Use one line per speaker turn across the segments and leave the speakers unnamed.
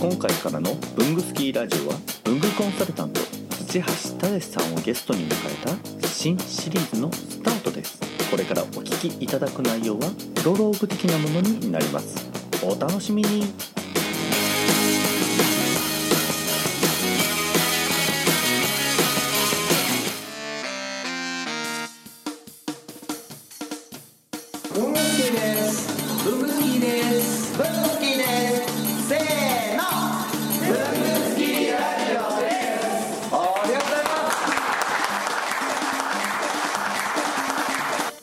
今回からの「文具スキーラジオ」は文具コンサルタント土橋忠さんをゲストに迎えた新シリーズのスタートですこれからお聞きいただく内容はプロローグ的なものになりますお楽しみに
文具好きです文具好きです文具好きですせーの文具好きラジオですありがとうござい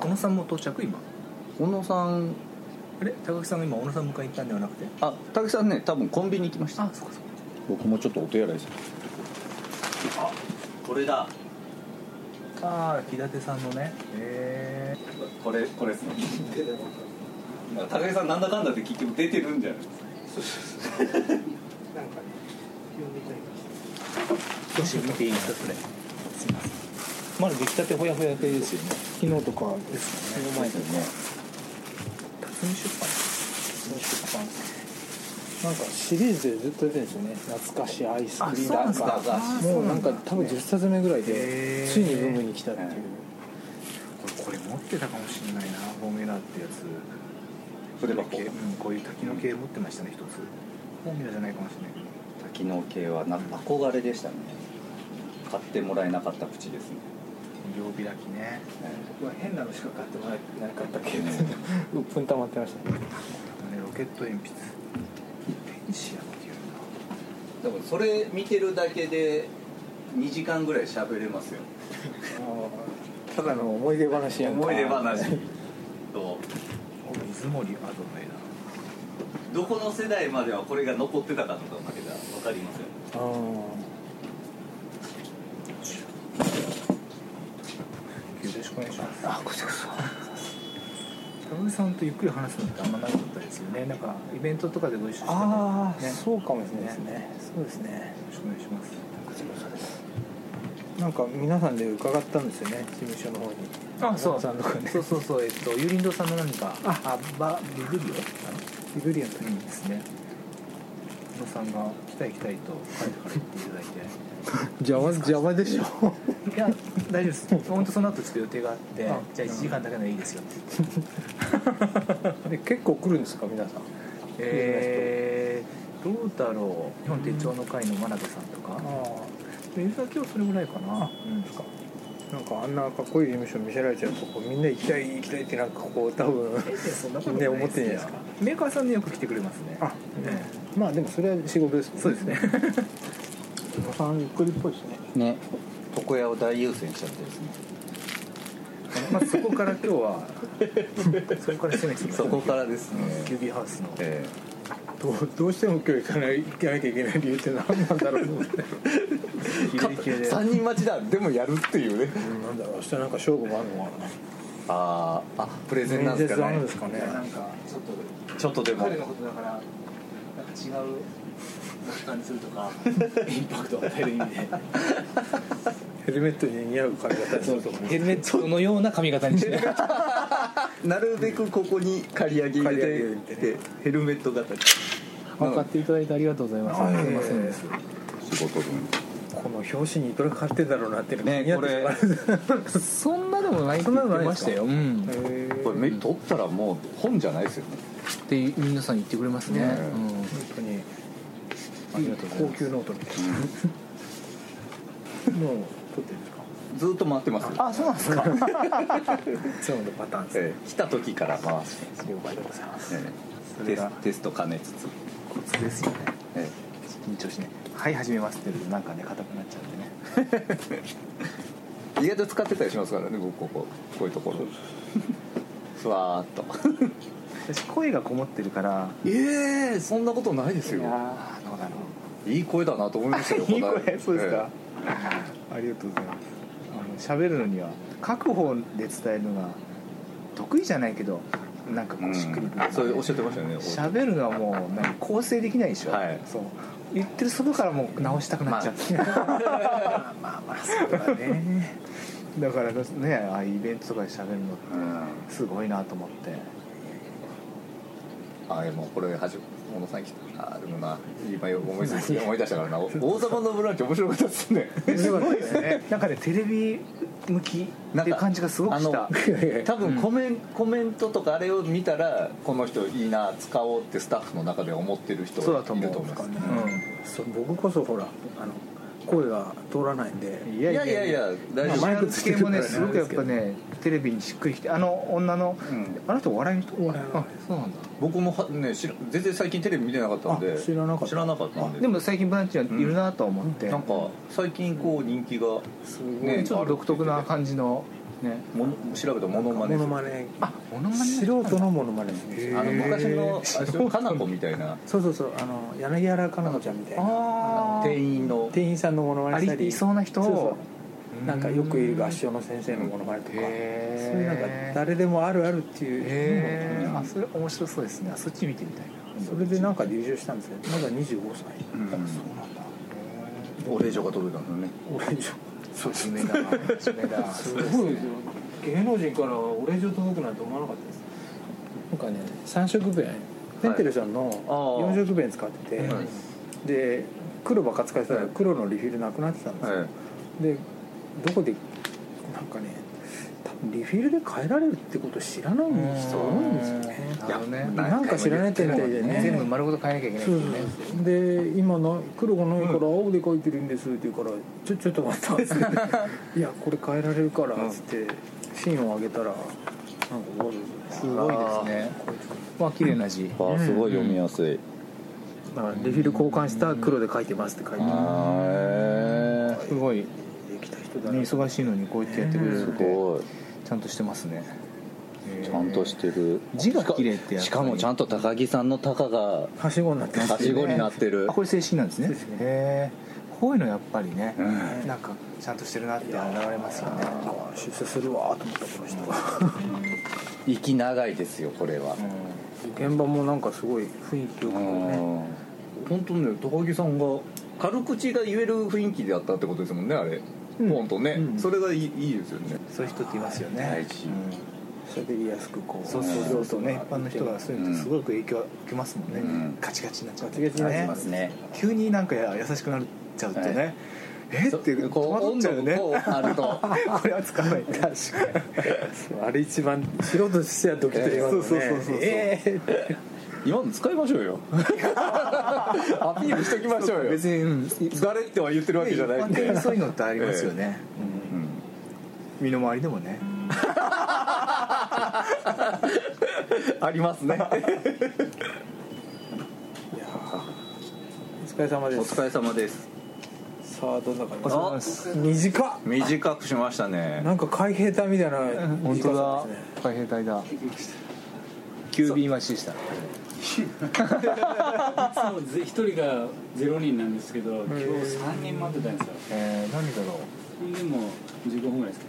小野さんも到着今
小野さん
あれ高木さんが今小野さん迎えに行ったんではなくて
あ武さんね多分コンビニ行きまし
あそうかそう
僕もちょっとお手洗いするあこれだ
かああ木立さんのねへえ
これこれ ですね武井さんなんだかんだって結局出てるんじゃない
少し見ていいですかそれすいませんまだ出来たてほやほや系ですよね昨日とかですよね
前だよね
辰巳出版出版
なんかシリーズでずっと出てるんですよね懐かしいアイスクリーム
あ
だ
そうなんですかあ
か
そ
も
う
う
な
なんん
だ
か多分10冊目ぐらい
へ
で
ー
ついにブームに来たっていう
これ持ってたかもしれないなフォーメラーってやつ
それ
系うん、こういう滝の系持ってましたね一つフォーメラじゃないかもしれないけ
滝
ど
の系はな憧れでしたね買ってもらえなかった口ですね
両開きね
ます変なのしか買ってもらえなかったけ
うっぷん溜まってましたね
あれロケット鉛筆ペンシアっていうな
でもそれ見てるだけで2時間ぐらい喋れますよ
ただの思い出話やんか
思い出話と
水森アドバイだ
どこの世代まではこれが残ってたかとかまでが分かりますよね
う
よろしくお願いします。あ、こちらこそ。高木さんとゆっくり話すのってあんまなかったですよね。なんかイベントとかでご一緒して、ね。
ああ、
ね、よ
そうかもしれないですねそうですね
ろしくお願いします。
なんか皆さんで伺ったんですよね事務所の 方に
あ、そう。
さんとかね
そうそうそう。えっとユリンドさんの何か。あ、あバビブリオ。
ビブリアンと
うんですね。野さんが来たい来たいと彼から言っていただいて。
邪魔邪魔でしょ
いや大丈夫です。本当その後ちょっと予定があって、
あ
じゃあ1時間だけならいいですよって言って。
で結構来るんですか皆さん
えー、どうだろう日本手帳の会の真鍋さんとか、
あ
水は今日それぐらいかな、うん、
あなんかあんなかっこいい事務所見せられちゃうとこうみんな行きたい行きたいってなんかこう多分
そんな
ね思ってんじゃないですか
メーカーさんでよく来てくれますね
あ
ね
まあでもそれは仕事ですもん
そうですね
お子さんゆっくりっぽいですね
ね床屋を大優先しちゃってですね
まあそこから今 日はそこから攻めていきます
そこからですね
キュービーハウスの
え
どうどうしても今日行かない行かなきゃいけない理由って何なんだろう
左系で
3人待ちだでもやるっていうね
なんだろう明日なんか勝負があるのかな
あーあプレゼンなんですか
面接あるん
ね
ですかね
どなんかちょっと
ちょっとでも
彼のことだからなんか違う感じするとかインパクトを与える意味で
ヘルメットに似合う髪型にするとかね
ヘルメットのような髪型に して
なるべくここに刈り上げ入
刈り上げ
れ
入
て
れ
でヘルメット型
買っていただいてありがとうございます
あ
ええ
そうです
仕事分
この表紙にいくらかかってんだろうなっていうのが
ね
似合ってしまう
そんなでもないって
そ
言
んな
っ
の
て
ない
ま
で
し
す
た
か
よ、うん、っ
へー
これ目取ったらもう本じゃないですよね
て皆さん言ってくれますね
ね
うん
本当に
ありがとうござい
高
ます
級ノートみたいなもう撮ってるんですか
ずっと回ってますあそうなんですか、
そうのパターンですね
ええ来た時から回して、
了解でございます
ええ
そ
テ
れ
ス
が
テスト兼ねつつ、
コツですよね
え
緊張しねはい始めますって言うとなんかね硬くなっちゃってね
え意外と使ってたりしますからね僕こここういうところふわーっと
私声がこもってるから
ええそんなことないですよ
あどうだろ
いい声だなと思いましたよ
う いい
この間
声そうですか
え、
ありがとうございますあの喋るのには書く方で伝えるのが得意じゃないけどなんか
え
こうしっくりくる、
うんそれおっしゃってましたよね
喋るのはもうなんか構成できないでしょ、
はい
そう言ってるそばからもう直したくなっちゃって、まあ、 まあまあそうだねだからねああいうイベントとかで喋るのっ
うん
てすごいなと思って
あえもうこれ始め
小野さん来たあでもな今思い出した思い出したからな「王様のブランチ」面白かったっすね
すごいですね なんかねテレビ向きっていう感じがすごくした
あの多分コメ,、ンコメントとかあれを見たらこの人いいな使おうってスタッフの中で思ってる人い
そうだ
る
と
と
思う
思うんです
う
よ
ん
そう僕こそほらあの声が通らないんで
い
いやいやいや大
まあ
丈夫
マイクつけ
系
てる
も
から
ね
ね
すごくやっぱねテレビにしっくりきてあの女の、
ん
あの人お笑いの人
お笑いの人
あ
そうなんだ
僕もはね知ら全然最近テレビ見てなかったんで
あ知らなかった
知らなかったんで
でも最近ブランチにはいるなと思って、
なんか最近こう人気が
すごい
ね
ちょっと独特な感じのね
もの調べたモノマネ
モノマネ
あモノマネ
素人のモノマネ
あの昔のあれかなこみたいな
そうそうそうあの柳原かな子ちゃんみたいな
あー
店員の
店員さんのモノマ
あ
ネした
り
り
いそうな人
そうそう
を
なんかよくいる合唱の先生のモノマネとか、
へー
そういうなんか誰でもあるあるっていう
へえ
のを
あそれ面白そうですねあそっち見てみたいな
それでなんか優勝したんですよまだ25歳、
うん
あそうなんだ
お礼状が届いたんだね
俺以上
そうですねだ
すごいですよ芸能人からお礼状届くなんて思わなかったですなんかね3色弁ペンテルさんの
あー
4色弁使ってて、
はい
で黒ばっか使ってたら
はい
黒のリフィルなくなってたんですよ、
はい
でどこでなんかね多分リフィルで変えられるってことを知らない人多いんですよね
なるほどね
いや
なんか知らないってみたいでね
全部丸ごと変えなきゃいけない
そう
ですね
そうで今の黒がないから青で書いてるんですって言うから「ちょちょっと待った」っつって「いやこれ変えられるから」っつって芯を上げたらなんかわざわざ
すごいですねわ綺麗な字
あーすごい読みやすい
だからリフィル交換した黒で書いてますって書いてあ
あ
すごい、ね、
るできた人だな
忙しいのにこうやってやってくれ
ー
る
す
って
ごい
ちゃんとしてますね
ちゃんとしてる
字が綺麗ってやっぱり
しかもちゃんと高木さんの高が
はしごになって
はしごになってる
あこれ正式なんですね
正式ね
へえこういうのやっぱりね、
う
なんかちゃんとしてるなって現れますよね
あー出世するわーと思ったこの人が
息長いですよこれは
現場もなんかすごい雰囲気よくね
本当ね高木さんが軽口が言える雰囲気であったってことですもんねあれ
うん
ポンとね、
うん
それがいいいいですよね
そういう人っていますよね、
大事
喋りやすくこう
そうそうそうそうね一般の人がそういうのすごく影響を受けますもんね、
うん
カチカチになっちゃう
ガチガチになっちゃいます
ね
急になんかや優しくなっちゃうとね、
はい
えっていう戸
こう
惑っ
温
ちゃ
度
うよ
が
ね
こ うあると
これは使わない確かに
あれ一番素人としてはドキドキします
そ
ね
うそうそうそう
えー
今の使いましょ うよアピールしときましょうよ
別に、うん、
誰っては言ってるわけじゃないん
一般的
で
にそういうのってありますよね、
うん
身の回りでもね
ありますね
いやお疲れ様
お
です
疲れ様です
さあどんな
お疲れ様
感
です
じ短
あ短くしましたね
っなんか海兵隊みたいな
本当だ
短さですね
海兵隊だ
急便待ちでした
そうぜ一人がゼロ人なんですけど今日3人待ってたんですよ
えー、何だろう
ほんでもう15分ぐらいですか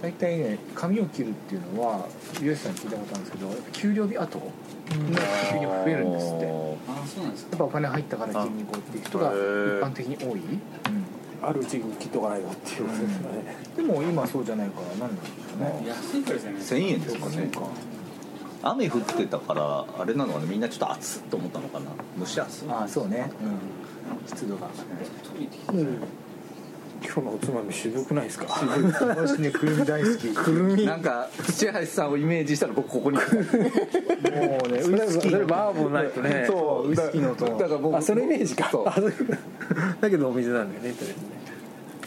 大体ね髪を切るっていうのは美容師さんに聞いたことあるんですけどやっぱ給料日後の給料が増えるんですってや
ああそうなんですか
っぱお金入ったから切りに行こうっていう人が
あ
一
へー
般的に多い、
あるうちに切っとかないとっていうことですよね
でも今そうじゃないから何なんですかね
安いからじゃないですか
1000円ですかね雨降ってたからあれなのかなみんなちょっと暑っと思ったのかな蒸し暑い
ああそうね、うん、湿度が
今日のおつまみ渋くないですか
私ねくるみ大好き
くるみ
なんか土橋さんをイメージしたら僕ここに
もうね
それそれバーボンないとね
そう
ウイスキーの音
だから僕
あそのイメージか
そう
あそういう だけどお水なんだよねとりあえずね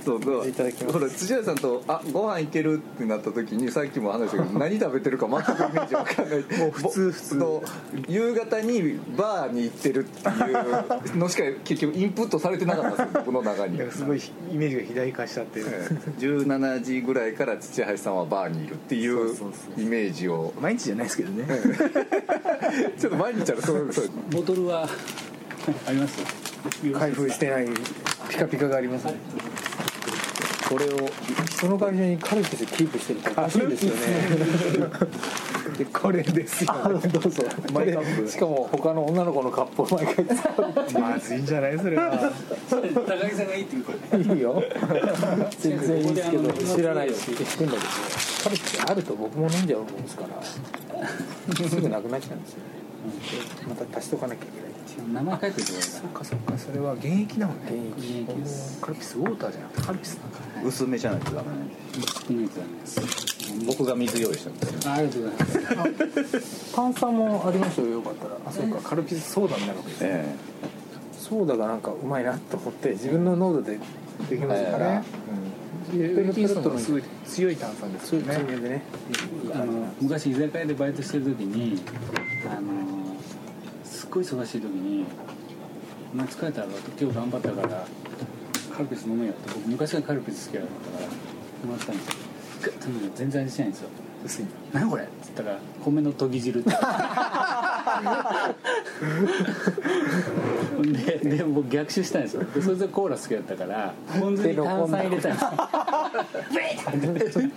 そうだから
いただきます
ほら土橋さんと「あご飯行ける」ってなった時にさっきも話したけど何食べてるか全くイメージわかんないもう
普通普通
夕方にバーに行ってるっていうのしか結局インプットされてなかったんですよ僕の 中に
なんかすごいイメージが肥大化しちゃってる
17時ぐらいから土橋さんはバーにいるっていう
そうそう
イメージを
毎日じゃないですけどね
ちょっと毎日あるそうそう
ボトルはあります
開封してないピカピカがありますね
これを
その会社にカルピスキープしてるっておかしいですよね
これですよ
あのどうぞ
マイカップ
これしかも他の女の子のカップを毎回使
まずいんじゃないそれ は
高木さんがいいっていうか
ういいよ全然いいですけど知らないし変だけどカルピスあると僕も飲んじゃうもんですからすぐなくなっちゃうんですよねまた足しとかなきゃいけないっていう
名前書いてるところ
そっかそっかそれは現役なのね
だ現役です
カルピスウォーターじゃなくてカルピスなんか
薄めじゃないとダメね
見てたんです
僕が水用意したみたいな
あありがとうございます
炭酸もありますよよかったら
あそっかカルピスソーダになるわけですね
え
ソーダがなんかうまいなと思って自分の濃度で
できますからね
ペルキストの
すごい強い炭酸です
そう
よ
いう感
ね
じでね
あの昔居酒屋でバイトしてる時にあのすっごい忙しい時に「お前疲れたろ?」って「今日頑張ったからカルピス飲めよ」って僕昔からカルピス好きだったからもらったんですよガッと飲んだら全然味しないんですよ
薄い
何これっつったら米のとぎ汁って でで僕逆襲したんですよでそれでコーラ好きだったからポン酢に炭酸入れたんですよ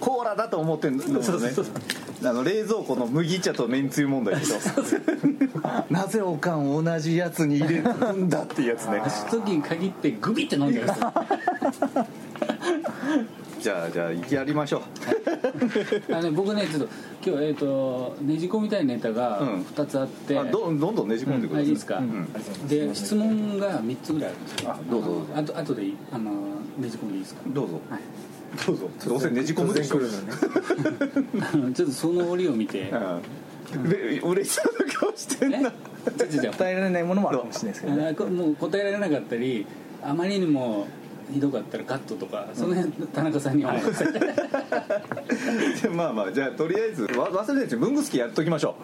コーラだと思ってんのもねあの冷蔵庫の麦茶とめんつゆ問題でしょ なぜおかん同じやつに入れるんだっていうやつね
時に限ってグビって飲んでるんですよ
じゃあじゃあやりましょう
あのね僕ねちょっと今日えっ、とねじ込みたいネタが
うん
2つあって、
あどんどんどんねじ込んでくだ
あ
さい、
いいですか、
うん
で質問が3つぐらいあるんですよ
あどうぞどうぞ
あとあとでいいあのねじ込んでいいですか
どうぞ
はい
どうぞどうせねじ込むでしょ、
あのちょっとその折を 見て
うん、で嬉しそうな顔してん
え
な
ちょちょちょ
答えられないものもあるかもしれないですけどね
あのこもう答えられなかったりあまりにもひどかったらカットとかその辺田中さんには思います
でまあまあじゃあとりあえずわ忘れてる文具好きやっときましょ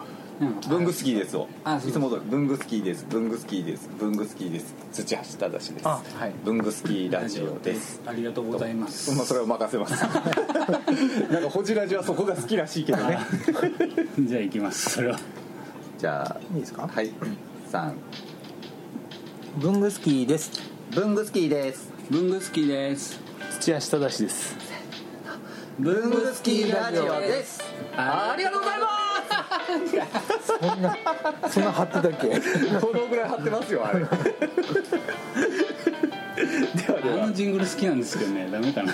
うん
う文具好きですを
あそう
いつも通り文具好きです文具好きです文具好きです土橋忠です
あ
はい文具好きラジオです
ありがとうござ います
まあそれは任せますなんかホジラジはそこが好きらしいけどね
じゃあ行きますそれは
じゃあ
いいですか
はい3
文具好きです
文具好きです
文具好きです
土屋忠です
文
具好きラジオです
ありがとうございま
そんな貼ってたっけ
このぐらい貼ってますよあれで はです
あ
は
のジングル好きなんですけどねダメかな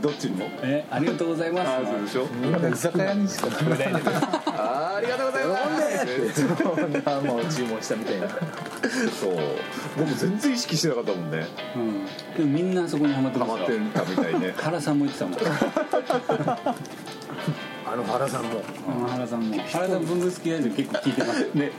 どっちにも
えありがとうございます
あそうでしょ
居酒屋にしか食べない
ありがとうございます
あもう注文したみたいな
そう僕全然意識してなかったもんね
うんでもみんなあそこにハマって
ハ
ます
マ
よ
ってたみたいね
原さんも言って たもん
あの原さんも
うん原さんも原さん文具好きラジオ結構聞いてます
ね